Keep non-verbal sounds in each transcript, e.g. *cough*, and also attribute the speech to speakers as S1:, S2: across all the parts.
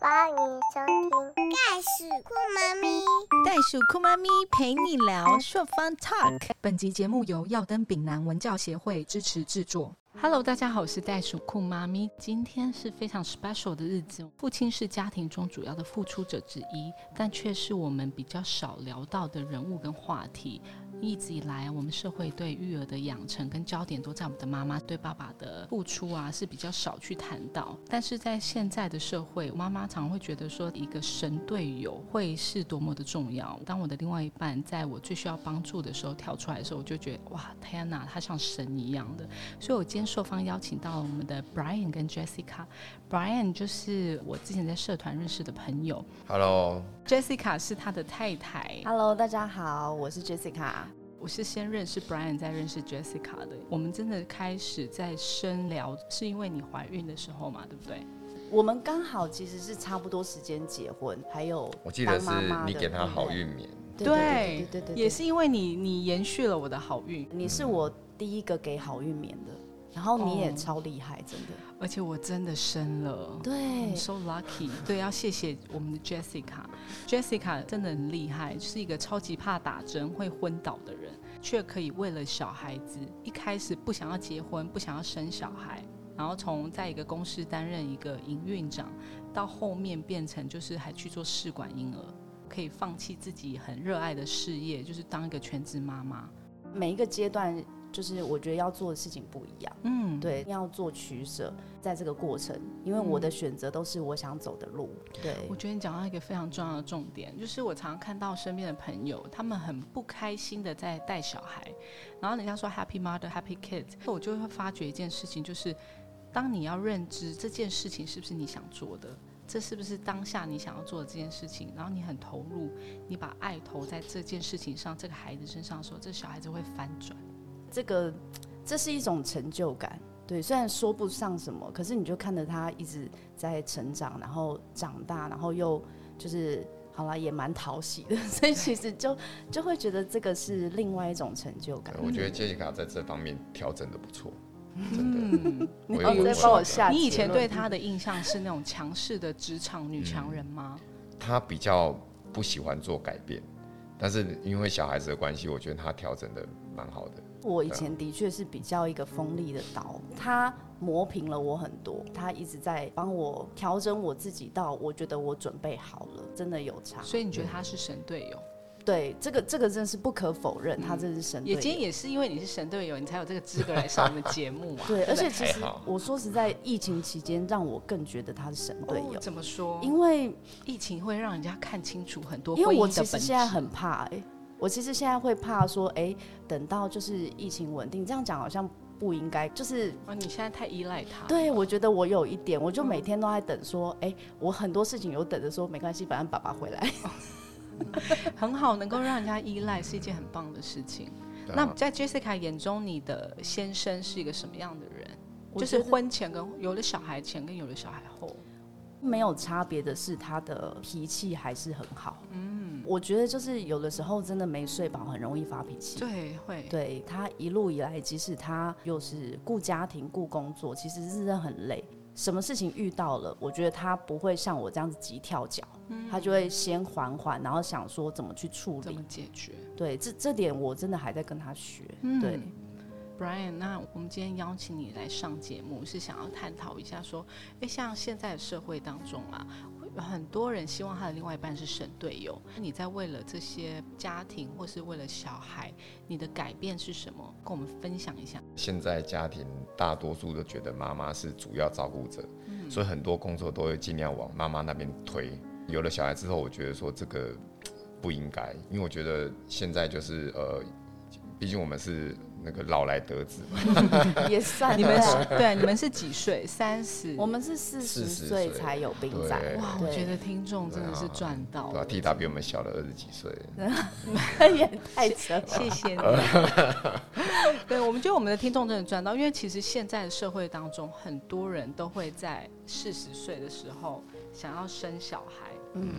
S1: 欢迎收听盖世酷妈咪。
S2: 袋鼠酷妈咪陪你聊朔方 Talk。
S3: 本集节目由耀登丙南文教协会支持制作。Hello，大家好，我是袋鼠酷妈咪。今天是非常 special 的日子，父亲是家庭中主要的付出者之一，但却是我们比较少聊到的人物跟话题。一直以来，我们社会对育儿的养成跟焦点都在我们的妈妈对爸爸的付出啊，是比较少去谈到。但是在现在的社会，妈妈常会觉得说，一个神队友会是多么的重要。当我的另外一半在我最需要帮助的时候跳出来的时候，我就觉得哇，天哪，他像神一样的。所以我今天受方邀请到了我们的 Brian 跟 Jessica。Brian 就是我之前在社团认识的朋友
S4: Hello，
S3: ，Jessica 是他的太太。
S2: Hello，大家好，我是 Jessica。
S3: 我是先认识 Brian，再认识 Jessica 的。我们真的开始在深聊，是因为你怀孕的时候嘛，对不对？
S2: 我们刚好其实是差不多时间结婚，还有
S4: 我记得
S2: 当
S4: 是
S2: 妈妈的
S4: 你给他好，运棉，
S2: 对不对对对对对对对
S3: 也是因为你，你延续了我的好运，
S2: 你是我第一个给好运棉的，然后你也
S3: 哦
S2: 超厉害，真的。
S3: 而且我真的生了。
S2: 对
S3: I'm so lucky，对，要谢谢我们的 Jessica。Jessica 真的很厉害，是一个超级怕打针、会昏倒的人，却可以为了小孩子，一开始不想要结婚、不想要生小孩，然后从在一个公司担任一个营运长，到后面变成就是还去做试管婴儿，可以放弃自己很热爱的事业，就是当一个全职妈妈。
S2: 每一个阶段，就是我觉得要做的事情不一样，
S3: 嗯，
S2: 对，要做取舍，在这个过程，因为
S3: 嗯
S2: 我的选择都是我想走的路，对
S3: 我，觉得你讲到一个非常重要的重点，就是我常常看到身边的朋友，他们很不开心的在带小孩，然后人家说 Happy Mother Happy Kid，我就会发觉一件事情，就是当你要认知这件事情是不是你想做的，这是不是当下你想要做的这件事情，然后你很投入，你把爱投在这件事情上，这个孩子身上的时候，这小孩子会翻转。
S2: 这个这是一种成就感。对，虽然说不上什么，可是你就看着他一直在成长，然后长大，然后又就是好了，也蛮讨喜的，所以其实就就会觉得这个是另外一种成就感
S4: 对。我觉得 Jessica 在这方面调整的不错，真的。
S3: 嗯，
S2: 哦你
S4: 我
S2: 要
S4: 有啊
S2: 再
S4: 我
S2: 帮
S4: 有
S2: 我下
S3: 你以
S2: 结
S3: 前
S2: 论
S3: 对他的印象是那种强势的职场女强人吗？
S2: 嗯
S4: 她比较不喜欢做改变，但是因为小孩子的关系，我觉得她调整的蛮好的。
S2: 我以前的确是比较一个锋利的刀，他磨平了我很多，他一直在帮我调整我自己到我觉得我准备好了，真的有差。
S3: 所以你觉得他是神队友？
S2: 对，这个这个真的是不可否认，他真的是神队
S3: 嗯也
S2: 友。
S3: 今天也是因为你是神队友，你才有这个资格来上我们的节目
S2: *laughs*
S3: 啊。
S2: 对，而且其
S4: 还
S2: 实
S4: 好
S2: 我说实在，疫情期间让我更觉得他是神队友
S3: 哦，怎么说？因为
S2: 因为
S3: 疫情会让人家看清楚很多
S2: 因
S3: 婚
S2: 为我
S3: 姻
S2: 其
S3: 的
S2: 实
S3: 本质
S2: 现。在很怕哎、我其实现在会怕说哎、等到就是疫情稳定，这样讲好像不应该，就是
S3: 啊，你现在太依赖他。，
S2: 对，我觉得我有一点，我
S3: 嗯
S2: 就每天都在等说，哎、我很多事情有等着说，没关系，反正爸爸回来。 *laughs*
S3: 很好，能够让人家依赖是一件很棒的事情。
S4: 对啊
S3: 那在 Jessica 眼中，你的先生是一个什么样的人？
S2: 我
S3: 就是
S2: 觉得
S3: 婚前跟有了小孩前跟有了小孩后，
S2: 没有差别的是，他的脾气还是很好。嗯，我觉得就是有的时候真的没睡饱，很容易发脾气。
S3: 对，会，
S2: 对他一路以来，即使他又是顾家庭、顾工作，其实真的很累。什么事情遇到了，我觉得他不会像我这样子急跳脚，他就会先缓缓，然后想说嗯怎么去处
S3: 怎
S2: 理
S3: 么。解决？
S2: 对，这这点我真的还在跟他学。对。 *laughs*
S3: Brian，那我们今天邀请你来上节目，是想要探讨一下说，诶，像现在的社会当中啊，很多人希望他的另外一半是神队友。你在为了这些家庭或是为了小孩，你的改变是什么？跟我们分享一下。
S4: 现在家庭大多数都觉得妈妈是主要照顾者，
S2: 嗯
S4: 所以很多工作都会尽量往妈妈那边推。有了小孩之后，我觉得说这个不应该，因为我觉得现在就是呃，毕竟我们是那个老来得子嘛，
S2: 也算
S3: 你们
S2: 对
S3: 是
S2: 啊
S3: 对，你们们是几岁？三十。
S2: 我们是四十
S4: 40
S2: 岁
S4: 岁
S2: 才有病
S4: 对
S2: 灶，
S3: 哇，我
S2: 对
S3: 觉得听众真的是赚到
S4: 对啊
S3: 了
S4: 吧、，t 他比我们小了二十几岁，
S2: *laughs* 也太扯了。
S3: 谢谢你。对，我们觉得我们的听众真的赚到，因为其实现在的社会当中，很多人都会在四十岁的时候想要生小孩，
S2: 嗯，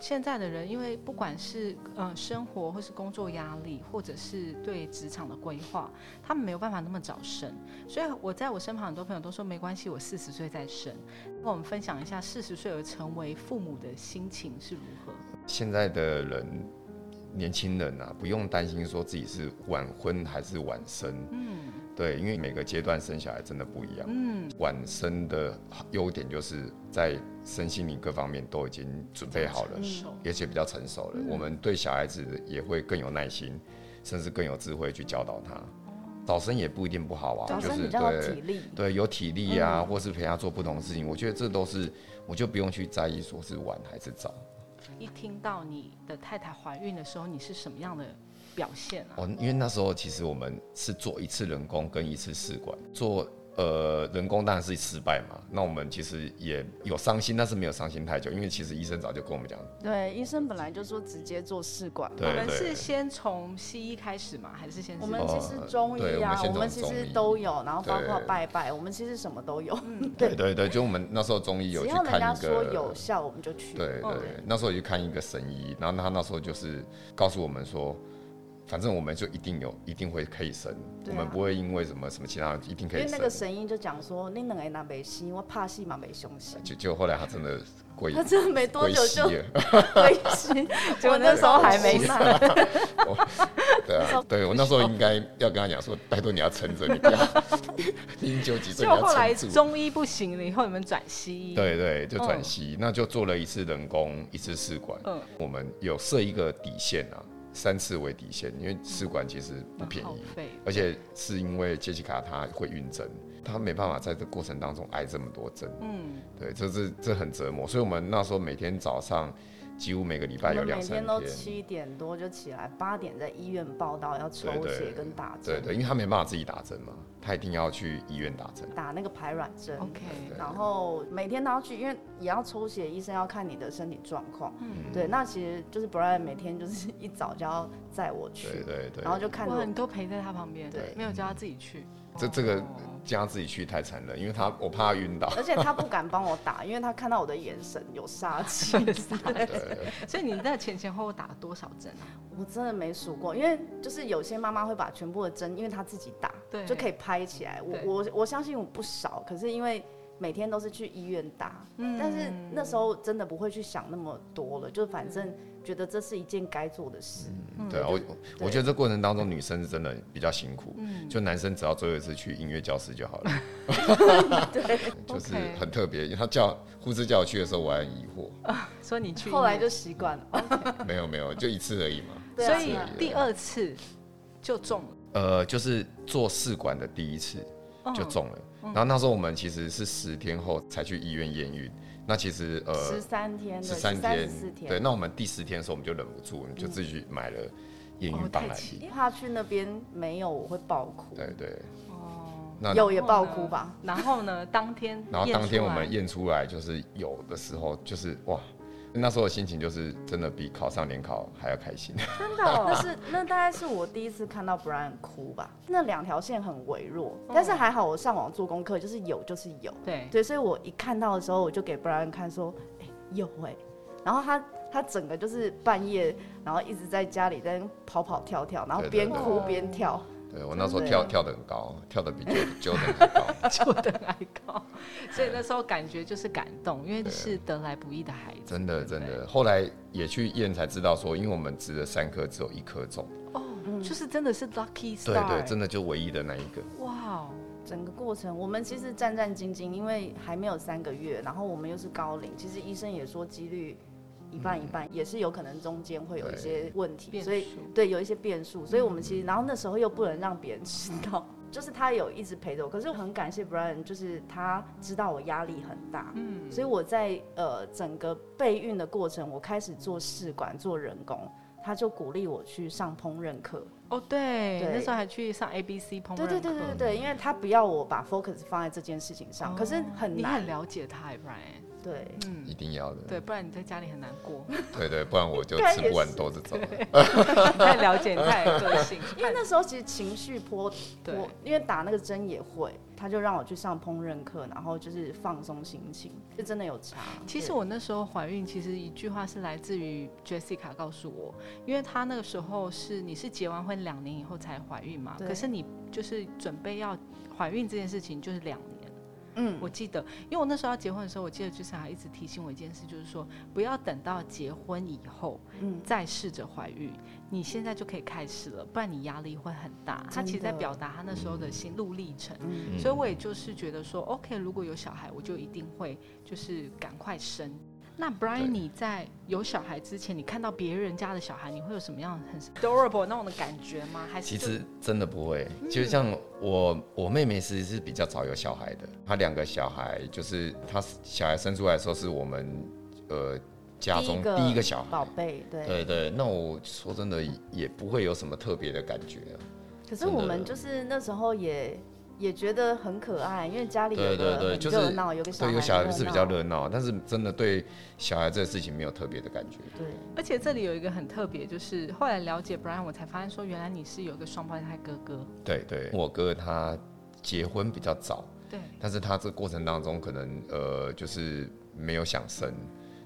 S3: 现在的人，因为不管是呃生活或是工作压力，或者是对职场的规划，他们没有办法那么早生。所以我在我身旁很多朋友都说没关系，我四十岁再生。那我们分享一下四十岁而成为父母的心情是如何？
S4: 现在的人，年轻人啊，不用担心说自己是晚婚还是晚生，
S3: 嗯
S4: 对，因为每个阶段生小孩真的不一样。
S3: 嗯，
S4: 晚生的优点就是在身心灵各方面都已经准备好了
S3: 成，熟
S4: 而且比较成熟了。我们对小孩子也会更有耐心，甚至更有智慧去教导他。早生也不一定不好啊，
S2: 早
S4: 就
S2: 生
S4: 是
S2: 比较有
S4: 对
S2: 体力，
S4: 对，有体力啊，
S2: 嗯
S4: 或是陪他做不同的事情，我觉得这都是，我就不用去在意说是晚还是早。
S3: 一听到你的太太怀孕的时候，你是什么样的表现啊？
S4: 哦，因为那时候其实我们是做一次人工跟一次试管，做呃人工当然是失败嘛，那我们其实也有伤心，但是没有伤心太久，因为其实医生早就跟我们讲，
S2: 对，医生本来就说直接做试管嘛。
S4: 对
S3: 我们
S4: 对
S3: 是先从西医开始吗？还是先
S2: 我们其实中
S4: 哦对
S2: 医
S4: 我们
S2: 啊，
S4: 先
S2: 我们
S4: 从
S2: 其
S4: 中
S2: 实
S4: 医
S2: 都有，然后包括
S4: 对
S2: 拜拜，我们其实什么都有。
S4: 对对对，就我们那时候中医有
S2: 只
S4: 去
S2: 要人
S4: 看
S2: 家
S4: 一
S2: 说
S4: 个，
S2: 有效，我们就去。
S4: 对
S3: 嗯
S4: 对，那时候有去看一个神医，然后他那时候就是告诉我们说。反正我们就一定有，一定会可以生，我
S2: 对啊
S4: 们不会因为什么什么其他的一定可
S2: 因
S4: 以
S2: 为
S4: 生。
S2: 那个神医就讲说，你两个那没死，我怕死嘛没凶
S4: *laughs*
S2: 死。
S4: 就就后来他真的归
S2: 他真的没多
S4: 归
S2: 久
S4: 西
S2: 就
S4: 了，
S2: *laughs* 归
S4: *laughs*
S2: 西，结果那时候还没死。
S4: 对啊，对我那时候应该要跟他讲说，拜托你要撑着，你不要，
S2: *laughs*
S4: 你已经九几岁，
S3: 就
S4: 你
S3: 后来
S4: 要撑住。
S3: 中医不行了以后，你们转西医。，
S4: 对对，就
S2: 嗯
S4: 转息，那就做了一次人工，一次试管。
S3: 嗯
S4: 我们有设一个底线啊，三次为底线，因为试管其实不便
S3: 耗
S4: 宜，
S3: 费。
S4: 而且是因为杰西卡她会晕针，她没办法在这过程当中挨这么多针。
S3: 嗯，
S4: 对，这是这很折磨，所以我们那时候每天早上几乎每个礼
S2: 我
S4: 拜有
S2: 们
S4: 两
S2: 每
S4: 三
S2: 天都七点多就起来，八点在医院报道要抽
S4: 对
S2: 血
S4: 对
S2: 跟打
S4: 对，
S2: 针
S4: 对，因为他没办法自己打针嘛，他一定要去医院打针。
S2: 打那个排卵针。
S3: OK，
S2: 然后每天都要去，因为也要抽血，医生要看你的身体状况。
S3: 嗯
S2: 对，那其实就是 Brian 每天就是一早就要载我
S4: 对
S2: 去，
S4: 对对，
S2: 然后就看
S3: 哇，
S2: 着
S3: 你 *laughs* 都陪在他旁边，
S2: 对
S3: 没有叫他自己去。
S4: 这这个
S3: 哦
S4: *laughs* 叫他自己去太残忍，因为他我怕他晕倒。
S2: 而且他不敢帮我打，因为他看到我的眼神有杀
S3: *laughs*
S2: 气。
S4: 对对
S2: *laughs*
S4: 对
S3: 所以你在前前后后打了多少针啊？
S2: 我真的没数过，因为就是有些妈妈会把全部的针，因为她自己打，
S3: 对
S2: 就可以拍起来。我
S3: 对
S2: 我我相信我不少，可是因为每天都是去医院打，
S3: 嗯
S2: 但是那时候真的不会去想那么多了，就反正觉得这是一件该做的事。
S4: 对啊，我我觉得这过程当中女生是真的比较辛苦，
S2: 嗯
S4: 就男生只要最后一次去音乐教室就好
S2: *laughs*
S4: 了。 *laughs* 就是很特别，因为他叫护士叫我去的时候，我还很疑惑，
S3: 说你去医院，
S2: 后来就习惯
S4: 呃
S2: 了。
S4: 没有没有，就一次而已嘛。
S2: 对
S3: 所
S2: 啊
S3: 以
S2: 是啊
S3: 第二次就中了。
S4: 呃，就是做试管的第一次
S2: 哦
S4: 就中了，
S2: 嗯
S4: 然后那时候我们其实是十天后才去医院验孕，那其实呃
S2: 十三天的
S4: 十三
S2: 十
S4: 天
S2: 四，
S4: 对，
S2: 天，
S4: 那我们第十天的时候我们就忍不住，我们就自己买了验
S3: 哦
S4: 孕棒
S3: 太
S4: 来
S3: 奇
S4: 滴。
S2: 怕去那边没有我会爆哭，
S4: 对对，
S3: 哦，
S4: 那
S2: 有也爆哭吧。
S3: 然后呢？当天，
S4: 然后当天我们，验出来，就是有的时候就是哇，那时候的心情就是真的比考上联考还要开心。 *laughs*
S2: 真的哦、那是那大概是我第一次看到 Brian 哭吧。那两条线很微弱，
S4: 嗯
S2: 但是还好我上网做功课，就是有就是有。
S3: 对，
S2: 对，所以我一看到的时候，我就给 Brian 看说，哎、有哎、然后他他整个就是半夜，然后一直在家里在那跑跑跳跳，然后
S4: 对对
S2: 边
S4: 对
S2: 哭
S3: 对
S2: 边跳。
S4: 对我那时候
S2: 真的
S4: 跳跳得很高，跳得比 Jordan 还高。 *laughs*
S3: 就等来高，所以那时候感觉就是感动，因为是得来不易的孩子，
S4: 真的
S3: 对
S4: 真
S3: 不对
S4: 的，后来也去验才知道说，因为我们植了三颗，只有一颗中。
S3: 哦，就是真的是 lucky star，
S4: 对
S2: 欸
S4: 对，真的就唯一的那一个。
S3: 哇哦，
S2: 整个过程，我们其实战战兢兢，因为还没有三个月，然后我们又是高龄，其实医生也说几率一半一半，也是有可能中间会有一些问题，
S3: 变
S2: 所以
S3: 数
S2: 对有一些变数，所以我们其实，然后那时候又不能让别人知道，就是他有一直陪着我，可是我很感谢 Brian，就是他知道我压力很大，嗯，所以我在呃整个备孕的过程，我开始做试管做人工，他就鼓励我去上烹饪课，
S3: 哦对，
S2: 对
S3: 那时候还去上 A B C 烹饪
S2: 对对对
S3: 课
S2: 对对，因为他不要我把 focus 放在这件事情上，可是哦很
S3: 哦你
S2: 难。
S3: 很嗯了解他欸，Brian，
S2: 对，
S4: 一定要的，
S3: 对，不然你在家里很难过。 *laughs*
S4: 对对，不然我就
S2: 对啊
S4: 吃
S2: 也
S4: 不完
S2: 是
S4: 兜着走了。
S3: 你太 *laughs* 了解你太有个性，
S2: 因为那时候其实情绪波
S3: 对
S2: 波，因为打那个针也会，他就让我去上烹饪课，然后就是放松心情，就真的有差。
S3: 其实
S2: 对
S3: 我那时候怀孕，其实一句话是来自于 Jessica 告诉我，因为她那个时候是你是结完婚两年以后才怀孕嘛，
S2: 对
S3: 可是你就是准备要怀孕这件事情就是两年。
S2: 嗯，
S3: 我记得，因为我那时候要结婚的时候，我记得 Jessica 一直提醒我一件事，就是说不要等到结婚以后
S2: 嗯
S3: 再试着怀孕，你现在就可以开始了，不然你压力会很大。她其实在
S2: 真的
S3: 表达她那时候的心路历程。
S2: 嗯
S4: 嗯
S3: 所以我也就是觉得说，OK，如果有小孩，我就一定会就是赶快生。那 Brian，
S4: 对
S3: 你在有小孩之前，你看到别人家的小孩，你会有什么样很 adorable 那种的感觉吗？还是
S4: 其
S3: 就
S4: 实真的不会，
S2: 嗯
S4: 就像我我妹妹其实是比较早有小孩的，她两个小孩就是她小孩生出来的时候是我们呃家中
S2: 第一个
S4: 第一个小
S2: 宝
S4: 孩，
S2: 贝，对。
S4: 对对，那我说真的也不会有什么特别的感觉、啊，
S2: 可是
S4: 真的
S2: 我们就是那时候也也觉得很可爱，因为家里有
S4: 对
S2: 个
S4: 对对
S2: 很
S4: 就是
S2: 热闹，有个小
S4: 对，
S2: 孩
S4: 有小孩是比较
S2: 闹
S4: 热闹，但是真的对小孩这个事情没有特别的感觉。
S2: 对，
S3: 而且这里有一个很特别，就是后来了解 Brian，我才发现说，原来你是有一个双胞胎哥哥。
S4: 对对，我哥他结婚比较早，
S3: 对，
S4: 但是他这过程当中可能呃就是没有想生，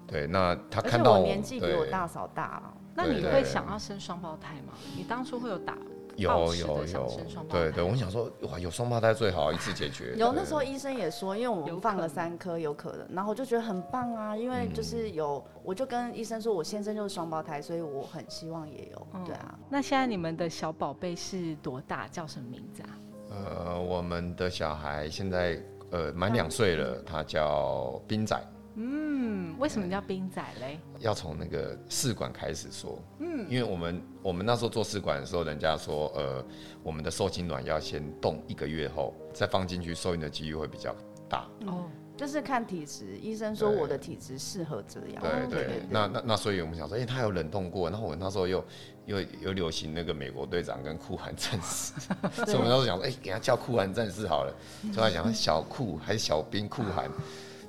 S4: 对，那他
S2: 而且
S4: 看到
S2: 我年纪比我
S4: 对
S2: 大嫂大哦了，
S3: 那你
S4: 对
S3: 会
S4: 对
S3: 想要生双胞胎吗？你当初会有打抱
S4: 有
S3: 持的
S4: 有
S3: 想
S4: 有
S3: 生双，胞胎
S4: 对对，我想说哇，有双胞胎最好一次解决。
S2: 有那
S4: 对
S2: 时候医生也说，因为我
S3: 有
S2: 们放
S3: 可
S2: 了
S3: 能
S2: 三颗有可能，然后我就觉得很棒啊，因为
S4: 嗯
S2: 就是有，我就跟医生说，我先生就是双胞胎，所以我很希望也有，
S3: 嗯
S2: 对啊，
S3: 那现在你们的小宝贝是多大？叫什么名字啊？
S4: 呃，我们的小孩现在呃满两岁了，他叫冰仔，
S3: 嗯，为什么叫冰仔嘞？
S4: 要从那个试管开始说。嗯，因为我们我们那时候做试管的时候，人家说呃我们的受精卵要先冻一个月后再放进去，受孕的几率会比较大。
S3: 哦，
S2: 就是看体质，医生说
S4: 对
S2: 我的体质适合这
S3: 哦
S2: 样，
S4: 对对，
S2: 对
S4: 那那那所以我们想说，哎、他有冷冻过，然后我那时候又又又流行那个美国队长跟酷寒战
S3: *laughs*
S4: 士，所以我们那时候想说，哎、给他叫酷寒战士好了，就在想小酷还是小兵酷寒，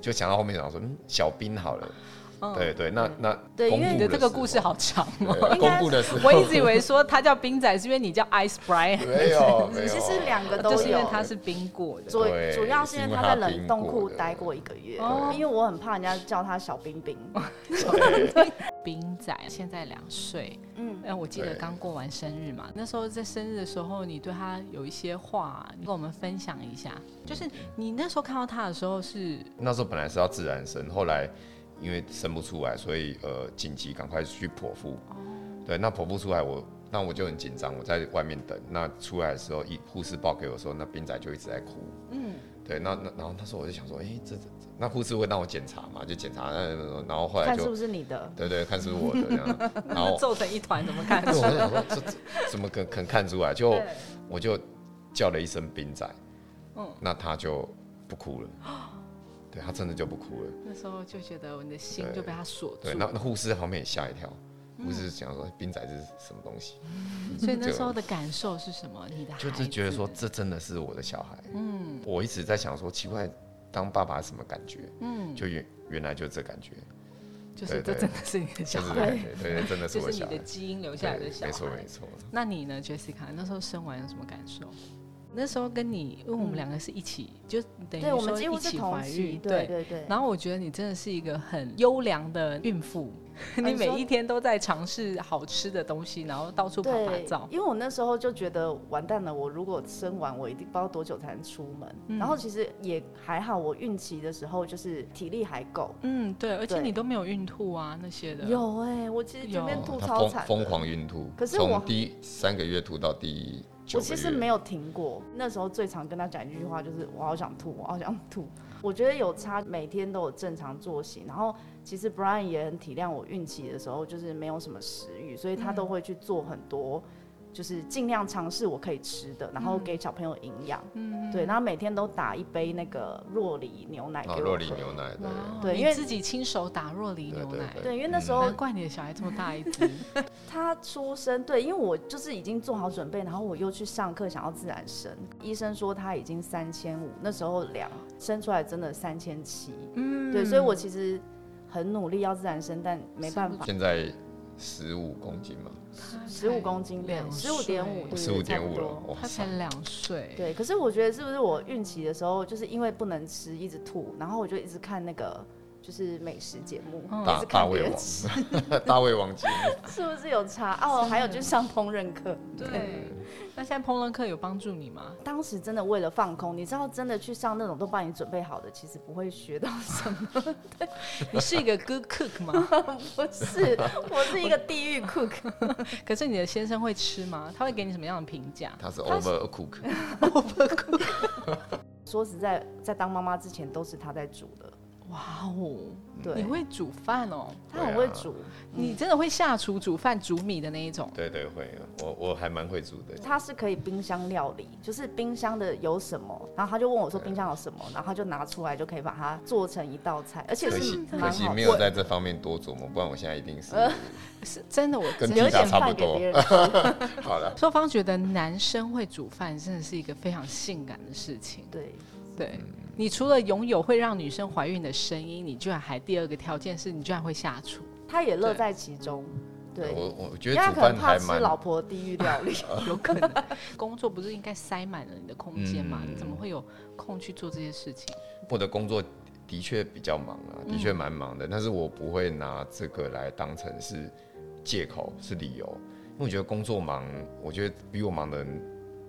S4: 就想到后面想说，嗯，小兵好了，对对，那那
S2: 对因为
S4: 公
S3: 嗯你
S4: 布
S3: 的这个
S4: 时
S3: 故事
S4: 候
S3: 好长哦。
S4: 对公布的时候，
S3: *laughs* 我一直以为说他叫冰仔，是因为你叫 Ice Brian，
S4: 没
S3: *laughs*
S4: 有没有，
S2: 其实两 *laughs* 个都
S3: 呃就是因为
S2: 有。
S3: 他是冰过的。
S2: 主
S4: 哦对
S2: 主要是因
S4: 是因为
S2: 为他
S4: 他
S2: 在冷
S4: 冰
S2: 冻
S4: 过
S2: 库
S4: 的
S2: 待过一个月
S3: 哦，
S2: 因为我很怕人家叫他小冰冰。
S3: 冰仔现在两岁，呃
S2: 嗯，
S3: 那我记得
S4: 对
S3: 刚过完生日嘛，那时候在生日的时候，你对他有一些话，你跟我们分享一下。就是你那时候看到他的时候是，
S4: 那时候本来是要自然生，后来因为生不出来，所以呃紧急赶快去剖腹。
S2: 哦
S4: 对，那剖腹出来我。那我就很紧张，我在外面等。那出来的时候，一护士报给我说，那兵仔就一直在哭。
S3: 嗯，
S4: 对，那那然后那时候我就想说，哎、这这这那护士会让我检查嘛？就检查，呃然后后来
S2: 看是
S4: 就
S2: 不是你的？
S4: 对对，看是不是我的这
S2: *laughs*
S4: 样。然后
S3: 皱成一团，怎么
S4: *laughs*
S3: 看？
S4: 对，我就想说，这这怎么可可能看出来？就
S3: 对
S4: 我就叫了一声兵仔，
S3: 嗯
S4: 那他就不
S2: *gasps*
S4: 哭了。对他真的就不哭了。
S3: 那时候就觉得我的心
S4: 对
S3: 就被他锁住
S4: 对，。那那护士旁边也吓一跳，护
S2: 嗯
S4: 士想说冰仔这是什么东西，
S3: 所以那时候的感受是什么？你的孩
S4: 就是
S3: 子
S4: 觉得说这真的是我的小孩。嗯，我一直在想说奇怪，当爸爸什么感觉？嗯，就原原来就这感觉，
S3: 就是这
S4: 对对
S3: 真的是你的
S4: 就
S3: 小
S4: 是
S3: 孩，
S4: 对对对，真
S2: *laughs*
S4: 的是
S3: 就
S4: 我的
S3: 是
S4: 小
S3: 你
S4: 孩
S3: 的。基因留下来
S4: 对
S3: 的小孩。
S4: 没错没错，
S3: 那你呢，Jessica？那时候生完有什么感受？那时候跟你，因为我们两个是一起，就等于
S2: 对，我们
S3: 说
S2: 几乎
S3: 一
S2: 是
S3: 起
S2: 同
S3: 怀
S2: 期
S3: 孕，，
S2: 对。对对。
S3: 然后我觉得你真的是一个很优良的孕妇， *laughs* 你
S2: 哦你
S3: 每
S2: 说
S3: 一天都在尝试好吃的东西，然后到处跑拍
S2: 对
S3: 照，。
S2: 因为我那时候就觉得完蛋了，我如果生完，我一定不知道多久才能出门。
S3: 嗯
S2: 然后其实也还好，我孕期的时候就是体力还够。
S3: 嗯，对，而且
S2: 对
S3: 你都没有孕吐啊那些的。
S2: 有哎、我其实前面
S3: 有
S2: 吐
S4: 他
S2: 超
S4: 疯
S2: 惨的，
S4: 疯狂孕吐，
S2: 可是我
S4: 从第三个月吐到第九
S2: 我
S4: 个月，
S2: 其实没有停过。那时候最常跟他讲一句话就是“我好想吐，我好想吐”。我觉得有差，每天都有正常作息。然后其实 Brian 也很体谅我孕期的时候就是没有什么食欲，所以他都会去做很多，就是尽量尝试我可以吃的，然后给小朋友营养。嗯，对，然后每天都打一杯那个若梨牛奶
S4: 哦
S2: 给我
S4: 肉
S2: 喝
S4: 里。牛奶，对
S3: 哇，
S2: 对
S3: 你
S2: 因为
S3: 自己亲手打若梨
S4: 对
S3: 牛奶，
S4: 对嗯
S2: 对，因为那时候
S3: 难怪你的小孩这么大一只。
S2: 他出生，对，因为我就是已经做好准备，然后我又去上课，想要自然生。医生说他已经三千五，那时候量生出来真的三千七，
S3: 嗯
S2: 对，所以我其实很努力要自然生，但没办法。
S4: 现在十五公斤嘛，
S2: *laughs* 十五公斤
S3: 两
S2: 对，十五点五，
S4: 我
S2: 对
S4: 十五
S2: 差
S4: 点
S2: 不
S4: 五了
S2: 多，
S4: 哇
S3: 他才
S4: 塞！
S3: 两岁，
S2: 对，可是我觉得是不是我孕期的时候，就是因为不能吃，一直吐，然后我就一直看那个就是美食节目，
S3: 嗯
S2: 一直
S4: 大大
S2: 看
S4: 胃
S2: 别人
S4: 王
S2: 吃，
S4: *laughs* 大胃
S2: *laughs*
S4: 王节目，
S2: 是不是有差？哦，还有就是上烹饪课，
S3: 对。那现在烹饪课有帮助你 *laughs* 吗？
S2: 当时真的为了放空，你知道，真的去上那种都帮你准备好的，其实不会学到什么。
S3: 你是一个 good cook 吗？
S2: *laughs* 不是，我是一个地狱 cook。
S3: 可是你的先生会吃吗？他会给你什么样的评价？
S4: 他是 overcook，
S2: 说实在，在当妈妈之前都是她在煮的，
S3: 哇哦，你
S2: 对，
S3: 会煮饭哦，
S4: 啊
S2: 嗯她很会煮。
S3: 你真的会下厨煮饭煮米的那一种。
S4: 对对会，我我还蛮会煮的。
S2: 她是可以冰箱料理，就是冰箱的有什么，然后她就问我说
S4: 对
S2: 冰箱有什么，然后她就拿出来就可以把它做成一道菜，而
S4: 嗯
S2: 且
S4: 可
S2: 是嗯
S4: 惜
S2: 蛮
S4: 可惜
S2: 好呃
S4: 没有在这方面多琢磨，不然我现在一定是
S3: 是真的，我
S4: 跟
S3: 真
S2: 留
S4: 披
S2: 一
S4: 萨
S2: 点
S4: 差不
S2: 饭给
S4: 多
S2: 别。
S4: *laughs*
S2: 人吃。
S4: 好了，
S3: 受方觉得男生会煮饭真的是一个非常性感的事情。
S2: 对，
S3: 对，你除了拥有会让女生怀孕的声音，你居然还第二个条件是你居然会下厨，
S2: 她也乐
S3: 对
S2: 在其中。对，
S4: 我我觉
S2: 因为
S4: 得
S2: 她
S4: 煮
S2: 可
S4: 饭
S2: 能怕
S4: 还
S2: 吃
S4: 蛮
S2: 老婆的地狱料
S4: *laughs*
S2: 理。
S3: 有可能工作不是应该塞满了你的空间吗？
S4: 嗯
S3: 你怎么会有空去做这些事情？
S4: 我的工作的确比较忙啊，的
S2: 嗯
S4: 确蛮忙的，但是我不会拿这个来当成是借口、是理由，因为我觉得工作忙，我觉得比我忙的人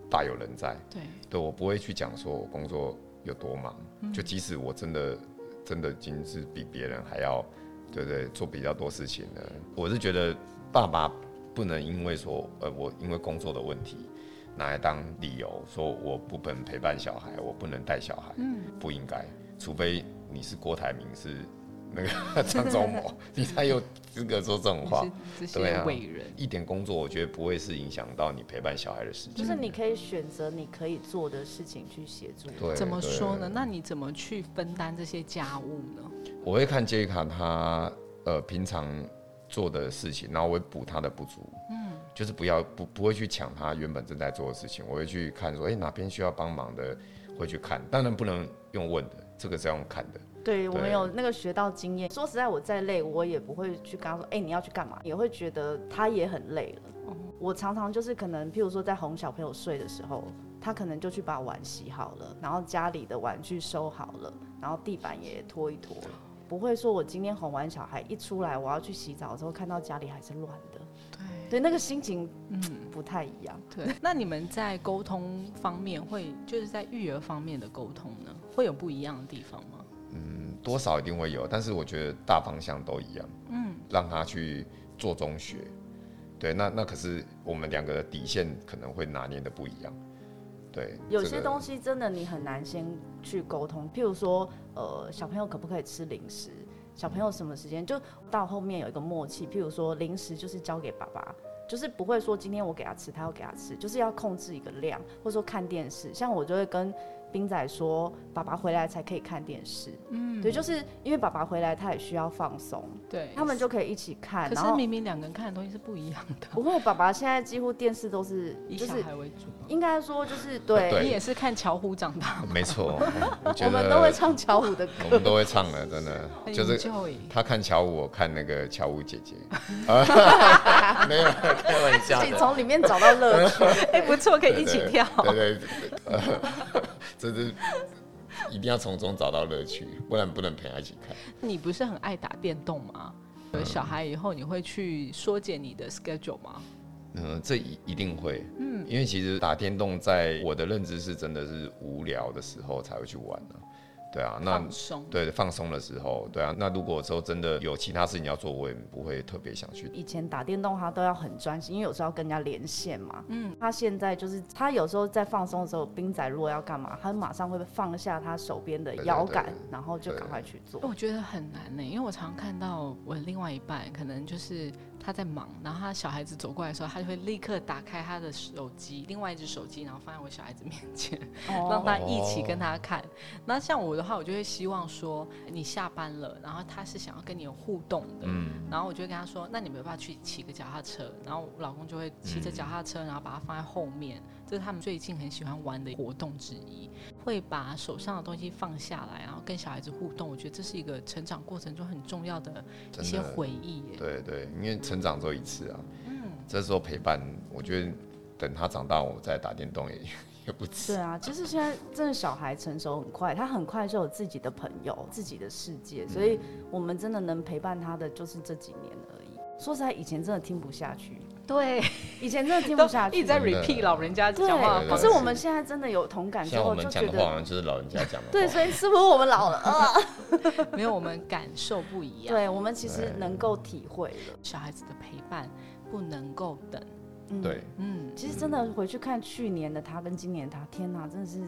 S4: 大有人在。
S3: 对，
S4: 对我不会去讲说我工作有多忙，
S3: 嗯
S4: 就即使我真的真的已经是比别人还要，对不对？做比较多事情的，我是觉得爸爸不能因为说，呃，我因为工作的问题拿来当理由，说我不能陪伴小孩，我不能带小孩，
S3: 嗯
S4: 不应该，除非你是郭台铭是那个 *laughs* 张
S3: *laughs*
S4: 忠谋，你才有资格说这种话
S3: 你。是这
S4: 对
S3: 些
S4: 啊
S3: 伟人。
S4: 一点工作，我觉得不会是影响到你陪伴小孩的时间。
S2: 就是你可以选择你可以做的事情去协助。
S4: 对，
S3: 怎么
S4: 对
S3: 说呢？那你怎么去分担这些家务呢？
S4: 我会看杰卡她呃平常做的事情，然后我会补她的不足，嗯，就是不要不不会去抢她原本正在做的事情，我会去看说，哎、哪边需要帮忙的会去看，当然不能用问的，这个是要用看的，
S2: 对我们
S4: 对
S2: 有那个学到经验。说实在，我再累，我也不会去跟他说，哎、你要去干嘛？也会觉得他也很累了。我常常就是可能，譬如说在哄小朋友睡的时候，他可能就去把碗洗好了，然后家里的玩具收好了，然后地板也拖一拖了。不会说，我今天哄完小孩一出来，我要去洗澡的时候，看到家里还是乱的，
S3: 对
S2: 对，那个心情不太一样。
S3: 对， *laughs* 那你们在沟通方面会，就是在育儿方面的沟通呢，会有不一样的地方吗？
S4: 嗯，多少一定会有，但是我觉得大方向都一样，嗯，让她去做中学，对，那那可是我们两个的底线可能会拿捏的不一样，对，
S2: 有
S4: 这
S2: 些
S4: 个
S2: 东西真的你很难先去沟通，譬如说，呃，小朋友可不可以吃零食？小朋友什么时间？就到后面有一个默契，譬如说零食就是交给爸爸，就是不会说今天我给他吃，他要给他吃，就是要控制一个量，或者说看电视。像我就会跟冰仔说，爸爸回来才可以看电视。嗯，对，就是因为爸爸回来他也需要放松，
S3: 对，
S2: 他们就可以一起看。
S3: 可
S2: 然
S3: 是
S2: 后
S3: 明明两个人看的东西是不一样的，
S2: 不过爸爸现在几乎电视都是，
S3: 以
S2: 就
S3: 小
S2: 是
S3: 孩为主吗。
S2: 应该说就是对。
S4: 啊对
S3: 你也是看巧虎长大，
S4: 没
S2: *laughs*
S4: 错，我觉
S2: 我们
S4: 得
S2: 都会唱巧虎的歌，
S4: 我们都会唱的，真 *laughs* 的就是
S3: 很 enjoy
S4: 他看乔舞，我看那个乔舞姐姐，啊，没有开玩笑
S2: 自己
S4: 的，
S2: 从里面找到乐趣。
S3: *laughs*
S2: *laughs*
S3: 哎、不错，可以一
S4: 对
S3: 起跳。
S4: 对对对，呃这是一定要从中找到乐趣，不然不能陪他一起看。
S3: 你不是很爱打电动吗？
S4: 嗯
S3: 有小孩以后，你会去缩减你的 schedule 吗？
S4: 嗯，这一一定会，嗯，因为其实打电动在我的认知是真的是无聊的时候才会去玩啊，对啊，那
S3: 放松。
S4: 对放松的时候，对啊，那如果说真的有其他事情要做，我也不会特别想去
S2: 以前打电动他都要很专心，因为有时候要跟人家连线嘛。嗯，他现在就是他有时候在放松的时候，冰仔如果要干嘛，他马上会放下他手边的摇杆，
S4: 对对
S2: 然后就
S4: 对
S2: 赶快去做。
S3: 哦我觉得很难呢、因为我常看到我另外一半，可能就是他在忙，然后他小孩子走过来的时候，他就会立刻打开他的手机，另外一只手机，然后放在我小孩子面前，
S2: 哦
S3: 让他一起跟他看。那像我的的话，我就会希望说你下班了，然后他是想要跟你有互动的，
S4: 嗯，
S3: 然后我就会跟他说，那你没办法去骑个脚踏车，然后我老公就会骑着脚踏车，然后把它放在后面，这是他们最近很喜欢玩的活动之一，会把手上的东西放下来，然后跟小孩子互动，我觉得这是一个成长过程中很重要的一
S4: 真
S3: 些
S4: 的，
S3: 回忆耶。
S4: 对对，因为成长只有一次啊，
S3: 嗯，
S4: 这时候陪伴，我觉得等他长大，我再打电
S2: *laughs*
S4: 动也也不迟
S2: 对。啊，就是现在真的小孩成熟很快，他很快就有自己的朋友、自己的世
S4: 嗯
S2: 界，所以我们真的能陪伴他的就是这几年而已。说实在，以前真的听不下去，
S3: 对，
S2: 以前真的听
S3: 都
S2: 不下去，
S3: 一直在
S4: 真的
S3: repeat 老人家
S2: 对
S3: 讲话的
S4: 对对
S2: 可
S3: 方
S2: 是
S3: 式。
S2: 我们现在真的有同感之
S4: 像我
S2: 后，
S4: 们
S2: 就
S4: 讲
S2: 觉
S4: 的话，好
S2: 得
S4: 像就是老人家讲的话。
S2: 对，所以是不是我们老 *laughs* 了？啊
S3: 没有我们感受不一样。
S2: 对，我们其实能够体会了。
S3: 小孩子的陪伴不能够等。
S2: 嗯
S4: 对，
S3: 嗯，
S2: 其实真的回去看去年的他跟今年的他，天哪，真的是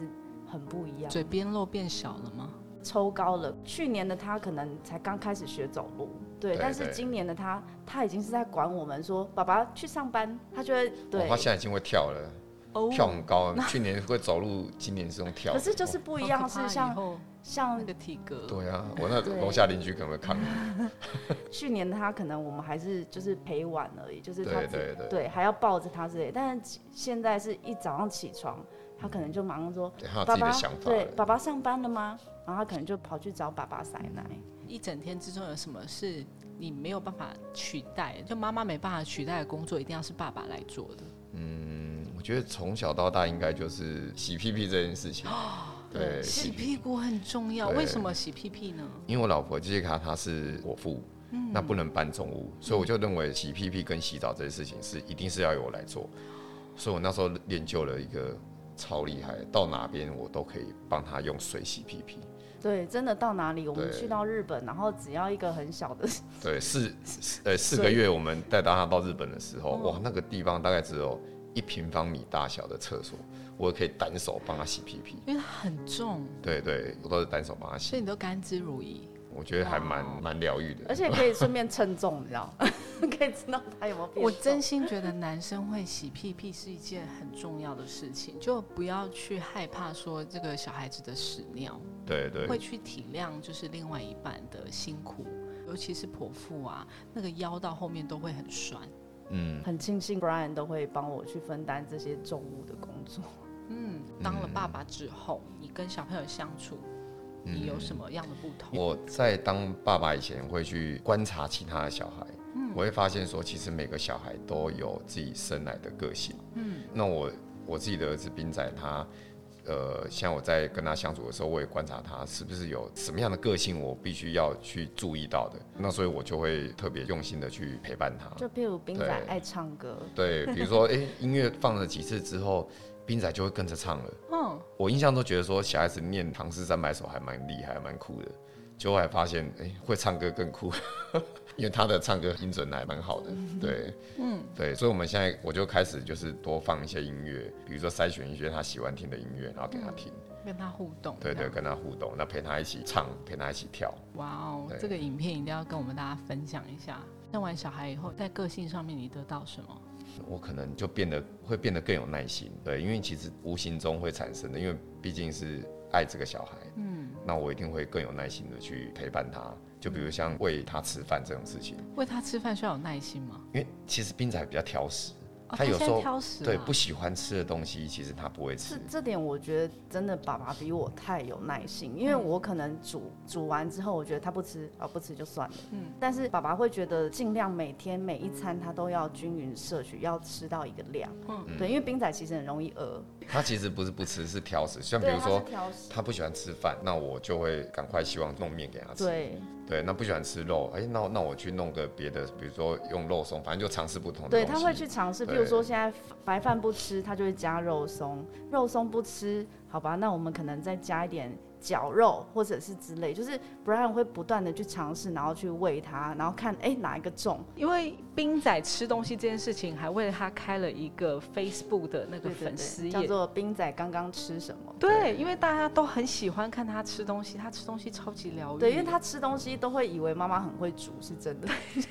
S2: 很不一样，
S3: 嘴边肉变小了吗？
S2: 抽高了。去年的他可能才刚开始学走路，对，
S4: 对
S2: 但是
S4: 对
S2: 今年的他，他已经是在管我们说，爸爸去上班，他就会
S4: 哦
S2: 对
S4: 他。现在已经会跳了，
S3: 哦
S4: 跳很高。去年会走路，今年是用跳的。
S2: 可是就是不一样，是像
S3: 那
S2: 像
S3: 个体格。
S4: 对啊，我那
S2: 对
S4: 楼下邻居可能会看我。
S2: 去年的他，可能我们还是就是陪玩而已，就是他
S4: 对
S2: 自己
S4: 对对，
S2: *laughs* 对，还要抱着他之类。但是现在是一早上起床，他可能就马上说
S4: 对他有：“自
S2: 爸
S4: 己的
S2: 爸
S4: 想，法
S2: 对，
S4: 了。
S2: 爸爸上班了吗？”然后他可能就跑去找爸爸塞奶。
S3: 一整天之中有什么是你没有办法取代，就妈妈没办法取代的工作，一定要是爸爸来做的。
S4: 嗯我觉得从小到大应该就是洗屁屁这件事情。
S2: 哦
S4: 对，
S3: 洗
S4: 洗屁。
S3: 屁股很重要，
S4: 对
S3: 为什么洗屁屁呢？
S4: 因为我老婆杰西卡她是我父，
S2: 嗯
S4: 那不能搬重物，所以我就认为洗屁屁跟洗澡这些事情是一定是要由我来做，所以我那时候练就了一个超厉害，到哪边我都可以帮她用水洗屁屁。
S2: 对，真的到哪里，我们
S4: 对
S2: 去到日本，然后只要一个很小的，
S4: 对，
S2: *laughs*
S4: 四四呃四个月我们带到她到日本的时候，
S2: 哦
S4: 哇，那个地方大概只有一平方米大小的厕所，我可以单手帮她洗屁屁。
S3: 因为它很重，
S4: 对对，我都是单手帮她
S3: 所以
S4: 洗，
S3: 你都甘之如饴。
S4: 我觉得还蛮
S3: 哇
S4: 蛮疗愈的
S2: 哦而。且可以顺便称重，你知道吗？可以知道他有没有变重。
S3: 我真心觉得男生会洗屁屁是一件很重要的事情，就不要去害怕说这个小孩子的屎尿，
S4: 对对，
S3: 会去体谅就是另外一半的辛苦，尤其是剖腹啊，那个腰到后面都会很酸。
S4: 嗯，
S2: 很庆幸 Brian 都会帮我去分担这些重物的工作。
S3: 嗯，当了爸爸之后，你跟小朋友相处，你有什么样的不同？
S4: 我在当爸爸以前会去观察其他的小孩，我会发现说，其实每个小孩都有自己生来的个性。嗯，那我我自己的儿子斌仔他。呃，像我在跟他相处的时候，我也观察他是不是有什么样的个性，我必须要去注意到的。那所以我就会特别用心的去陪伴他。
S2: 就譬如冰仔
S4: 嗯对
S2: 爱唱歌，
S4: 对，比如说，诶，音乐放了几次之后，斌仔就会跟着唱了。
S3: 嗯，
S4: 我印象都觉得说小孩子念唐诗三百首还蛮厉害，还蛮酷的。结果还发现，哎、会唱歌更酷， *laughs* 因为他的唱歌音准还蛮好的。对，嗯，对，所以我们现在我就开始就是多放一些音乐，比如说筛选一些他喜欢听的音乐，然后给他听。
S3: 跟他互动。
S4: 对
S3: 这
S4: 对，
S3: 样
S4: 跟他互动，那陪他一起唱，陪他一起跳。
S3: 哇哦，
S4: 对
S3: 这个影片一定要跟我们大家分享一下。生完小孩以后，在个性上面你得到什么？
S4: 我可能就变得会变得更有耐心，对，因为其实无形中会产生的，因为毕竟是爱这个小孩，嗯，那我一定会更有耐心的去陪伴他，就比如像喂他吃饭这种事情，
S3: 喂他吃饭需要有耐心吗？
S4: 因为其实斌仔比较挑食，
S3: 哦
S4: 他有
S3: 现在
S4: 时候
S3: 挑食
S4: 对
S3: 啊
S4: 不喜欢吃的东西，其实他不会吃
S2: 这。这点我觉得真的爸爸比我太有耐心，因为我可能煮煮完之后，我觉得他不吃啊不吃就算了，嗯，但是爸爸会觉得尽量每天每一餐他都要均匀摄取，要吃到一个量，嗯，对，因为冰仔其实很容易饿，
S4: 他其实不是不吃，是挑食。像比
S2: 对，啊
S4: 如
S2: 他是
S4: 说
S2: 挑食，
S4: 他不喜欢吃饭，那我就会赶快希望弄面给他吃。
S2: 对
S4: 对那不喜欢吃肉，哎、那那我去弄个别的，比如说用肉松，反正就尝试不同的
S2: 对，
S4: 东
S2: 他
S4: 西
S2: 会去尝试，譬
S4: 对
S2: 如说现在白饭不吃，他就会加肉松，肉松不吃，好吧，那我们可能再加一点。绞肉或者是之类，就是 Brian 会不断的去尝试，然后去喂他，然后看哎、哪一个重，
S3: 因为冰仔吃东西这件事情，还为了他开了一个 Facebook 的那个
S2: 对对
S3: 粉丝
S2: 对，
S3: 页。
S2: 叫做冰仔刚刚吃什么？
S3: 对，因为大家都很喜欢看他吃东西，他吃东西超级疗愈。
S2: 对，因为他吃东西都会以为妈妈很会煮，是
S3: *laughs*
S2: 真的。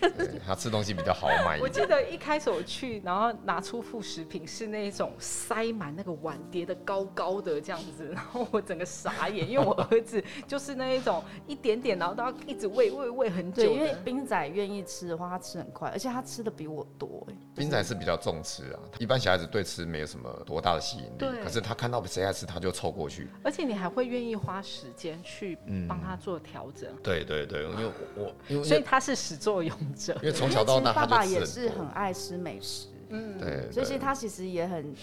S4: 对他吃东西比较豪
S2: *laughs*
S4: 迈
S3: 我
S4: 一
S3: 记
S4: 点。
S3: 得一开始我去，然后拿出副食品
S2: *laughs*
S3: 是那一种塞满那个碗碟的高高的这样子，然后我整个傻眼，因为我儿子就是那一种一点点，然后都要一直喂喂喂很久
S2: 对，
S3: 的。
S2: 因为冰仔愿意吃的话，他吃很快，而且他吃的比我多、哎
S4: 冰仔是比较重吃啊，一般小孩子对吃没有什么多大的吸引力
S3: 对，
S4: 可是他看到谁爱吃，他就凑过去。
S3: 而且你还会愿意花时间去
S4: 嗯
S3: 帮他做调整，
S2: 嗯
S4: 对对对，因为我我因为
S3: 所以他是始作俑者
S2: *laughs*
S4: 因。为从小到大
S2: 因为其实爸
S4: 他
S2: 爸
S4: 就
S2: 也
S4: 吃
S2: 是很
S4: 多，
S2: 爱吃美食，
S3: 嗯，
S4: 对，
S2: 所以其
S4: 对嗯
S2: 实他其实也很，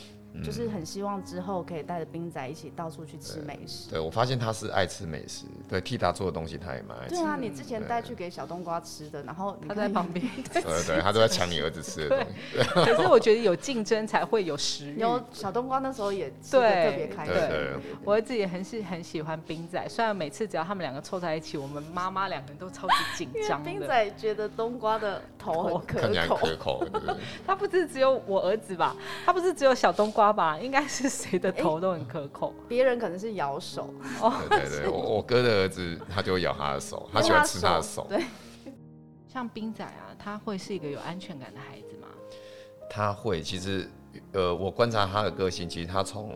S2: 就是很希望之后可以带着冰仔一起到处去吃美食。
S4: 对我发现他是爱吃美食，对替他做的东西他也蛮爱吃
S2: 对，啊，你之前带去给小冬瓜吃的，然后你
S3: 他在
S2: 看
S3: 旁边。 *laughs*
S4: *laughs* 对对，他都在抢你儿子吃的东西，
S3: 可是我觉得有竞争才会有食欲。
S2: 有小冬瓜那时候也吃的特别开心。
S4: 对对，
S3: 我儿子也很喜很喜欢冰仔，虽然每次只要他们两个凑在一起，我们妈妈两个人都超级紧
S2: 因为
S3: 张
S2: 冰
S3: 的。
S2: 仔觉得冬瓜的头很可
S4: 看起来很
S2: 口，
S4: 可口，对不对？
S3: 他不是只有我儿子吧？他不是只有小冬瓜吧？应该是谁的头都很可口。
S2: 别人可能是咬手，
S4: 对对对，我我哥的儿子他就会咬他的手，他喜欢吃他的手，
S2: 对，
S3: 像冰仔啊，他会是一个有安全感的孩子吗？
S4: 他会其实呃，我观察他的个性，其实他从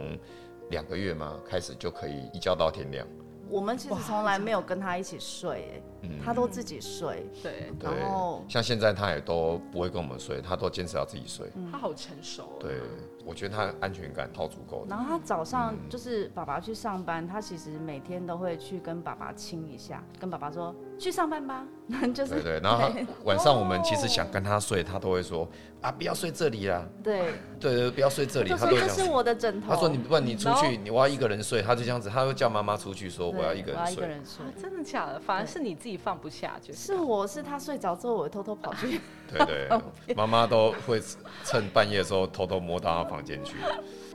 S4: 两个月嘛开始就可以一觉到天亮，
S2: 我们其实
S3: 哇
S2: 从来没有跟他一起睡、
S4: 嗯
S2: 哎，他都自己睡。
S3: 对，
S4: 对
S2: 然后，
S4: 像现在他也都不会跟我们睡，他都坚持要自己睡，
S2: 嗯
S3: 他好成熟、哦。
S4: 对，我觉得他安全感超足
S3: 嗯
S4: 够的，
S2: 然后他早上
S4: 嗯
S2: 就是爸爸去上班，他其实每天都会去跟爸爸亲一下，跟爸爸说去上班吧， *laughs* 就是
S4: 对对，然后他晚上我们其
S2: 哦
S4: 实想跟他睡，他都会说啊不要睡这里啦，
S2: 对，
S4: 对对，不要睡这里，
S2: 就
S4: 他
S2: 说
S4: 都会这
S2: 这
S4: 样
S2: 是
S4: 子。
S2: 我的枕头。
S4: 他说你不然你出
S3: 然
S4: 去，你我要一个人睡，他就这样子，他会叫妈妈出去说
S2: 对
S4: 我要一个人
S2: 我要一个
S4: 睡，
S2: 人睡
S3: 啊。，真的假的？反而是你自己放不下，就是
S2: 我是他睡着之后，我偷偷跑去。
S4: 对
S2: *laughs*
S4: 对，妈妈都会趁半夜的时候偷偷摸到他房间去。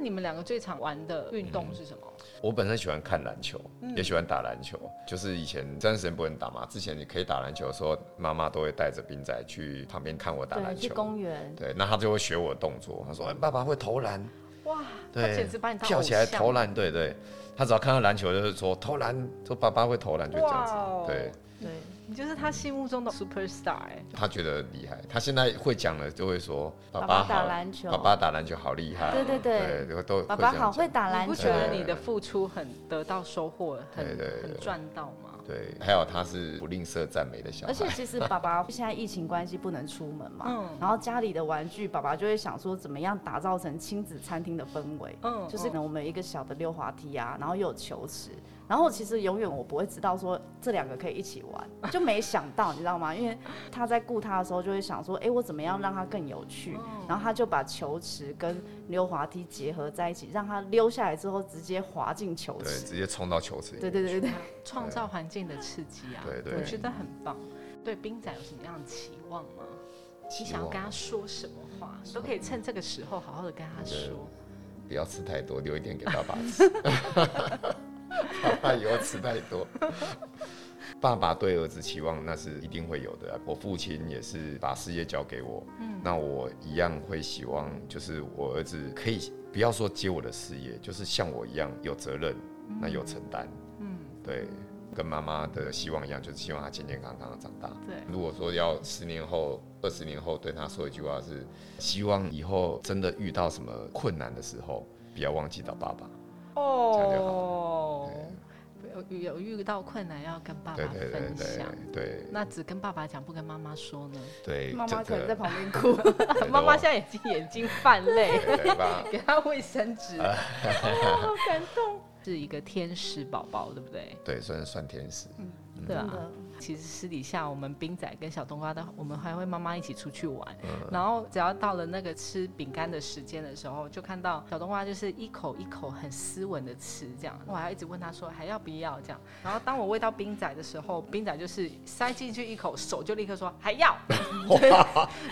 S3: 你们两个最常玩的运
S4: 嗯
S3: 动是什么？
S4: 我本身喜欢看篮球，
S2: 嗯
S4: 也喜欢打篮球。就是以前这段时间不能打嘛，之前你可以打篮球的时候，妈妈都会带着冰仔去旁边看我 *laughs* 打
S2: 对，
S4: 篮
S2: 去
S4: 球。
S2: 公园。
S4: 对，那他就会学我的动作。他说：“哎，爸爸会投篮，
S3: 哇，他
S4: 对
S3: 简直把你当
S4: 跳
S3: 偶
S4: 起来
S3: 像
S4: 投篮。”对对，他只要看到篮球就是说投篮，说爸爸会投篮，就这样子
S3: 哇哦。
S4: 对，
S2: 对，
S3: 你就是他心目中的 super star 哎、
S4: 他觉得厉害，他现在会讲了，就会说：“爸
S2: 爸
S4: 好，
S2: 打篮球
S4: 爸爸打篮球好厉害。”
S2: 对对对
S4: 对，都
S2: 爸
S4: 会这样
S2: 爸好
S4: 讲
S2: 会打
S3: 你
S2: 篮
S3: 不
S2: 球
S3: 觉。得你的付出很得到收获，很
S4: 对对对
S3: 很赚到吗？
S4: 对，还有他是不吝啬赞美的小孩
S2: 而，且其实爸爸现在疫情关系不能出门嘛，
S3: 嗯
S2: 然后家里的玩具，爸爸就会想说怎么样打造成亲子餐厅的氛围，
S3: 嗯
S2: 就是可能我们有一个小的溜滑梯啊，然后又有球池，然后其实永远我不会知道说这两个可以一起玩，就没想到你知道吗？因为他在顾他的时候就会想说，哎、我怎么样让他更有趣？
S3: 嗯
S2: 然后他就把球池跟溜滑梯结合在一起，让他溜下来之后直接滑进球
S4: 对，
S2: 池。
S4: 直接冲到球池里。
S2: 对对对对，
S3: 创造环境的刺激啊，
S4: 对对
S3: 我觉得很棒。对冰仔有什么样的期望吗？
S4: 希
S3: 你
S4: 望
S3: 想要跟他说什么话，都可以趁这个时候好好的跟他说。
S4: 不要吃太多，留一点给爸爸吃。 *laughs* 爸爸以后吃太多。爸爸对儿子期望那是一定会有的啊、我父亲也是把事业交给我，那我一样会希望，就是我儿子可以不要说接我的事业，就是像我一样有责任，那有承担。嗯，对，跟妈妈的希望一样，就是希望他健健康康的长大。
S3: 对，
S4: 如果说要十年后、二十年后对他说一句话是，希望以后真的遇到什么困难的时候，不要忘记找爸爸。这样就
S3: 哦，有有遇到困难要跟爸爸
S4: 对对对
S3: 分
S4: 对
S3: 享，
S4: 对
S3: 那只跟爸爸讲，不跟妈妈说呢？
S4: 对，
S2: 妈妈可能在
S4: 真的
S2: 旁边哭。
S4: 对
S3: 妈妈现在已经眼睛泛泪。 *laughs*
S4: 对对吧？
S3: 给他卫生
S4: *laughs*
S3: 纸，哦好感动。是一个天使宝宝，对不对？
S4: 对，算算天使。嗯
S3: 对
S2: 真
S3: 啊
S2: 的。
S3: 其实私底下，我们冰仔跟小冬瓜的，我们还会妈妈一起出去玩。然后只要到了那个吃饼干的时间的时候，就看到小冬瓜就是一口一口很斯文的吃，这样。我还一直问他说还要不要这样。然后当我喂到冰仔的时候， *laughs* 冰仔就是塞进去一口，手就立刻说还要。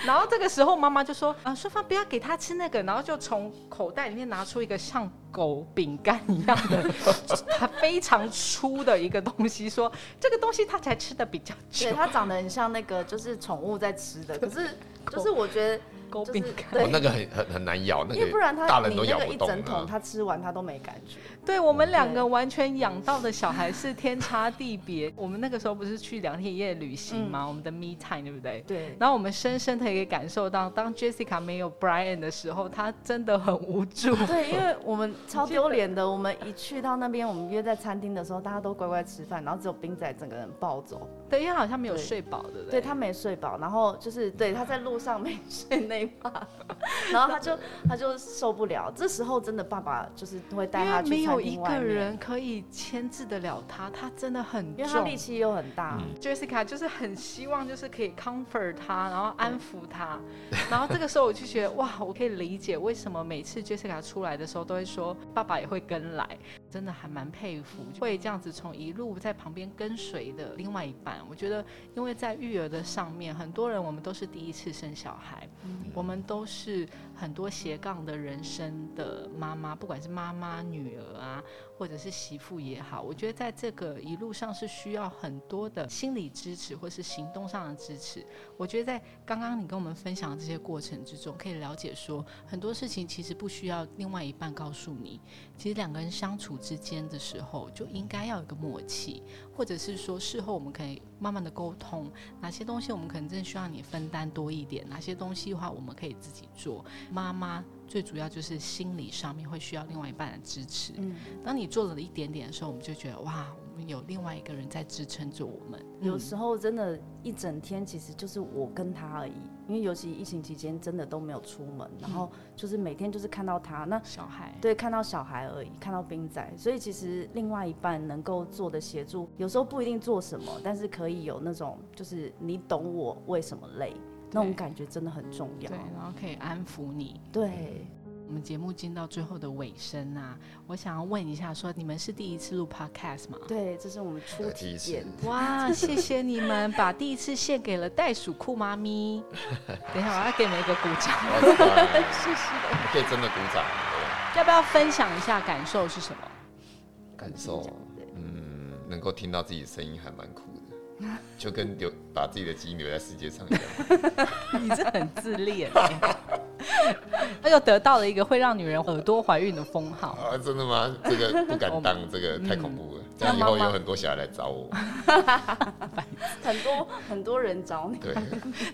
S3: 然后这个时候妈妈就说：“啊，淑芳不要给他吃那个。”然后就从口袋里面拿出一个像狗饼干一样的， *laughs* 它非常粗的一个东西，说：“这个东西它才吃的比较久
S2: 对，。它长得很像那个，就是宠物在吃的。可是，就是我觉得
S3: 勾
S2: 就
S3: 饼
S2: 是
S3: 干。
S2: 对
S4: 哦，那个很很很难咬，那
S2: 因为不
S4: 个
S2: 然他
S4: 大人
S2: 你
S4: 都
S2: 那
S4: 咬
S2: 个
S4: 不
S2: 一
S4: 动
S2: 整桶，
S4: 啊
S2: 他吃完他都没感觉。
S3: 对我们两
S2: 对
S3: 个完全养到的小孩是天差地别。 *laughs* 我们那个时候不是去两天一夜旅行
S2: 嗯
S3: 吗？我们的 me time 对不对？
S2: 对，
S3: 然后我们深深的可以感受到，当 Jessica 没有 Brian 的时候，她真的很无
S2: *laughs*
S3: 助。
S2: 对，因为我们超丢脸的，我们一去到那边，我们约在餐厅的时候，大家都乖乖吃饭，然后只有冰仔整个人暴走，
S3: 对，因为好像没有
S2: 对
S3: 睡饱，对不
S2: 对
S3: 对？
S2: 他没睡饱，然后就是对他在路上没睡那一趴，然后他就他就受不了，这时候真的爸爸就是会带
S3: 因
S2: 他
S3: 为没
S2: 去餐
S3: 有一
S2: 厅
S3: 个
S2: 外面，
S3: 人可以牵制得了他，他真的很
S2: 因为他
S3: 重
S2: 力。气又很大，
S3: Jessica 就是很希望，就是可以 comfort 他，然后安抚他。 *laughs* 然后这个时候我就觉得，哇，我可以理解为什么每次 Jessica 出来的时候都会说爸爸也会跟来，真的还蛮佩服，会这样子从一路在旁边跟随的另外一半。我觉得，因为在育儿的上面，很多人我们都是第一次生小孩，我们都是很多斜杠的人生的妈妈，不管是妈妈、女儿啊，或者是媳妇也好，我觉得在这个一路上是需要很多的心理支持或是行动上的支持。我觉得在刚刚你跟我们分享的这些过程之中，可以了解说很多事情其实不需要另外一半告诉你，其实两个人相处之间的时候就应该要有一个默契，或者是说事后我们可以慢慢的沟通，哪些东西我们可能真的需要你分担多一点，哪些东西的话我们可以自己做。妈妈最主要就是心理上面会需要另外一半的支持。
S2: 嗯，
S3: 当你做了一点点的时候，我们就觉得哇，我们有另外一个人在支撑着我们。嗯
S2: 有时候真的，一整天其实就是我跟他而已，因为尤其疫情期间真的都没有出门，然后就是每天就是看到他，那
S3: 小孩，
S2: 对，看到小孩而已，看到冰仔，所以其实另外一半能够做的协助，有时候不一定做什么，但是可以有那种就是你懂我为什么累，那种感觉真的很重要
S3: 对。，然后可以安抚你。
S2: 对，
S3: 我们节目进到最后的尾声啊，我想要问一下说你们是第一次录 podcast 吗？
S2: 对，这是我们初
S4: 对第
S2: 体
S4: 一次
S2: 验。
S3: 哇，谢谢你们把第一次献给了袋鼠酷妈 *laughs* 咪。等一下，我要给你们一个鼓掌，
S4: 哇塞
S2: *laughs*
S3: 谢谢。
S4: 可以真的鼓掌，对
S3: 要不要分享一下感受是什么？ *laughs*
S4: 感
S2: *laughs*
S4: 受，嗯，能够听到自己声音还蛮酷的，就跟留把自己的基因留在世界上一样。
S3: 你这很自恋欸， *laughs* 他又得到了一个会让女人耳朵怀孕的封号。
S4: 啊，真的吗？这个不敢当，这个太恐怖了。这样以后有很多小孩来找我。
S2: 很多很多人找你，
S4: 对，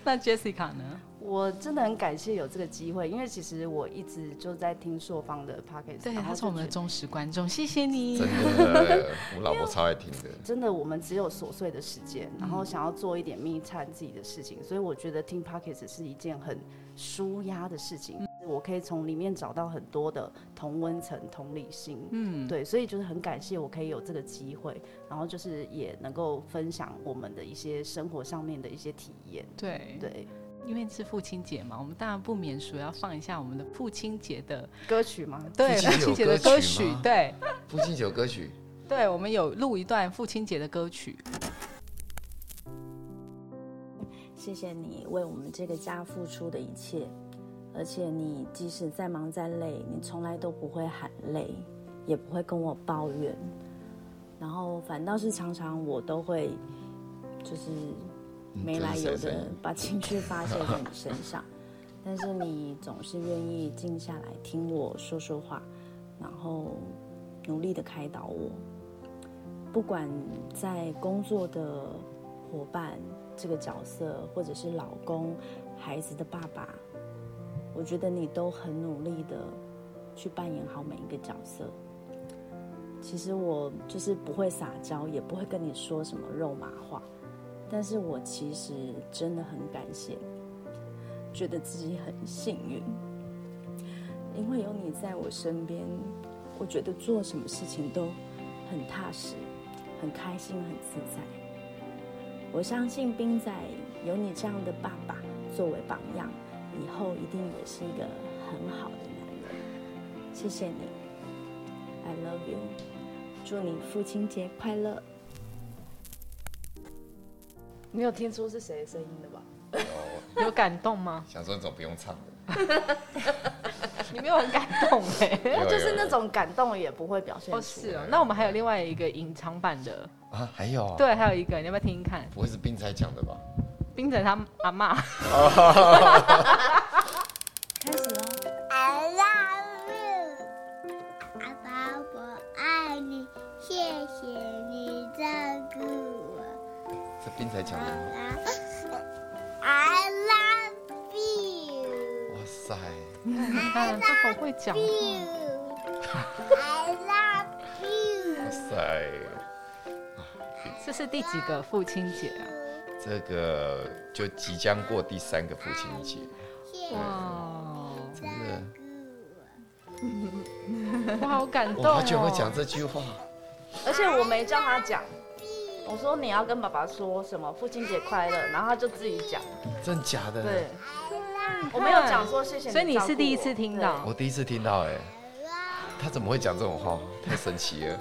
S3: 那 Jessica 呢？
S2: 我真的很感谢有这个机会，因为其实我一直就在听硕方的 p o c k e t
S3: 对，他是我们的忠实观众，谢谢你
S4: 真。的，我老婆超爱听的。
S2: 真的，我们只有琐碎的时间，然
S3: 嗯
S2: 后想要做一点 me time 自己的事情，所以我觉得听 p o c k e t 是一件很舒压的事情。我可以从里面找到很多的同温层、同理心，
S3: 嗯，
S2: 对，所以就是很感谢我可以有这个机会，然后就是也能够分享我们的一些生活上面的一些体验。
S3: 对，
S2: 对，
S3: 因为是父亲节嘛，我们当然不免俗要放一下我们的父亲节的
S2: 歌曲吗？
S3: 对
S4: 父
S3: 父
S4: 亲
S3: 亲
S4: 节
S3: 节
S4: 有
S3: 的
S4: 歌
S3: 歌
S4: 曲
S3: 曲
S4: 吗，
S3: 对
S4: 父亲节有歌曲，
S3: 对，我们有录一段父亲节的歌曲。
S5: 谢谢你为我们这个家付出的一切，而且你即使再忙再累，你从来都不会喊累，也不会跟我抱怨，然后反倒是常常我都会就是没来由
S4: 嗯这是谁声
S5: 的
S4: 音
S5: 把情绪发泄在你身上，但是你总是愿意静下来听我说说话，然后努力的开导我。不管在工作的伙伴这个角色，或者是老公、孩子的爸爸，我觉得你都很努力的去扮演好每一个角色。其实我就是不会撒娇，也不会跟你说什么肉麻话，但是我其实真的很感谢你，觉得自己很幸运，因为有你在我身边，我觉得做什么事情都很踏实，很开心，很自在。我相信冰仔有你这样的爸爸作为榜样，以后一定也是一个很好的男人。谢谢你，I love you，祝你父亲节快乐。
S2: 你有听出是谁的声音的吧？
S4: 哦，
S3: 有感动吗？
S4: 想说你怎么不用唱的？
S3: *laughs* 你没有很感
S4: *laughs*
S3: 动哎、
S4: 有有
S2: 就是那
S4: 有
S2: 种感动也不会表现
S3: 哦，
S2: 出
S3: 是哦。那我们还有另外一个隐藏版的，
S4: 啊，还有啊，
S3: 对，还有一个，你要不要听听看？
S4: 不会是冰才讲的吧？
S3: 冰仔他阿妈，
S4: 讲的吗？
S1: I love you.
S4: 哇塞，
S3: 大人都好会讲哦话
S1: You. I love you.
S4: 哇塞，
S3: 这是第几个父亲节啊？
S4: 这个就即将过第三个父亲节，
S3: 哇， *laughs*
S4: 真的，
S3: 我好感动、
S4: 我
S3: 哦！
S4: 好久没讲这句话。
S6: 而且我没叫他讲，我说你要跟爸爸说什么父亲节快乐，然后他就自己讲。
S4: 真假的？
S6: 对，我没有讲说谢谢你
S3: 嗯
S6: 照
S3: 所
S6: 顾
S3: 以
S6: 我，
S3: 你是第一次听到，
S4: 我第一次听到哎、他怎么会讲这种话？太神奇了！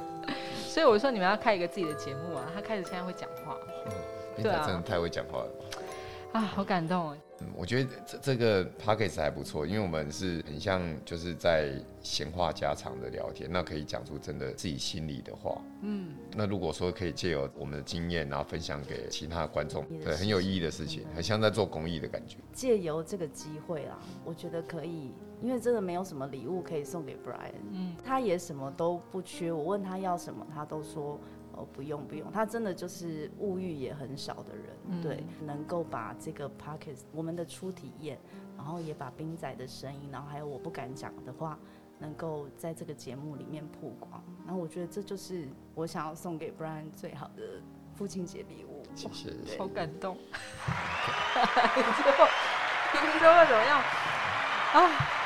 S3: 所以我说你们要开一个自己的节目啊。他开始现在会讲话
S4: 冰
S3: 对
S4: 仔
S3: 啊
S4: 真的太会讲话了。
S3: 啊，好感动哦！
S4: 嗯，我觉得这这个 p o c k e t 还不错，因为我们是很像就是在闲话家常的聊天，那可以讲出真的自己心里的话。嗯，那如果说可以借由我们的经验，然后分享给其他的嗯观众，
S6: 的
S4: 对，
S6: 事
S4: 很有意义的事情，很像在做公益的感觉。
S6: 借由这个机会啦，我觉得可以，因为真的没有什么礼物可以送给 Brian，嗯，他也什么都不缺，我问他要什么，他都说。哦，不用不用，他真的就是物欲也很少的人，对，能够把这个 p o c k e t 我们的初体验，然后也把冰仔的声音，然后还有我不敢讲的话，能够在这个节目里面曝光，然后我觉得这就是我想要送给 Brian 最好的父亲节礼 *laughs* 物。
S4: 谢谢。
S3: 好感动。 *laughs* 你最后，你最后怎么样？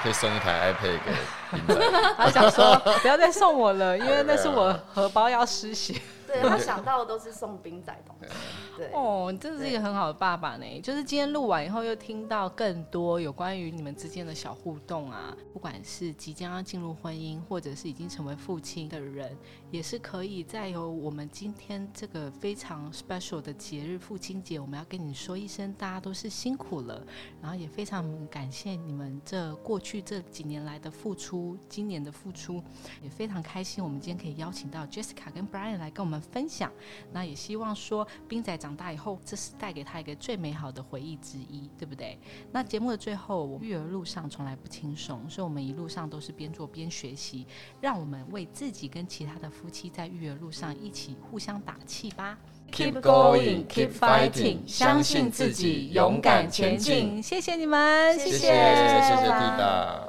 S4: 可以送一台 iPad 给冰仔。 *laughs*
S3: 他想 *laughs* 说不要再送我了，因为那是我荷包要失血。
S6: 对他想到的都是送冰仔东西，对。
S3: 哦，真的是一个很好的爸爸呢。就是今天录完以后，又听到更多有关于你们之间的小互动啊，不管是即将要进入婚姻，或者是已经成为父亲的人，也是可以再由我们今天这个非常 special 的节日父亲节，我们要跟你说一声，大家都是辛苦了，然后也非常感谢你们这过去这几年来的付出，今年的付出也非常开心，我们今天可以邀请到 Jessica 跟 Brian 来跟我们分享。那也希望说，冰仔长大以后，这是带给他一个最美好的回忆之一，对不对？那节目的最后，我们育儿路上从来不轻松，所以我们一路上都是边做边学习，让我们为自己跟其他的夫妻在育儿路上一起互相打气吧。
S4: Keep going, keep fighting，相信自己勇敢前进
S3: 谢谢你们，
S4: 谢谢谢谢谢谢蒂达。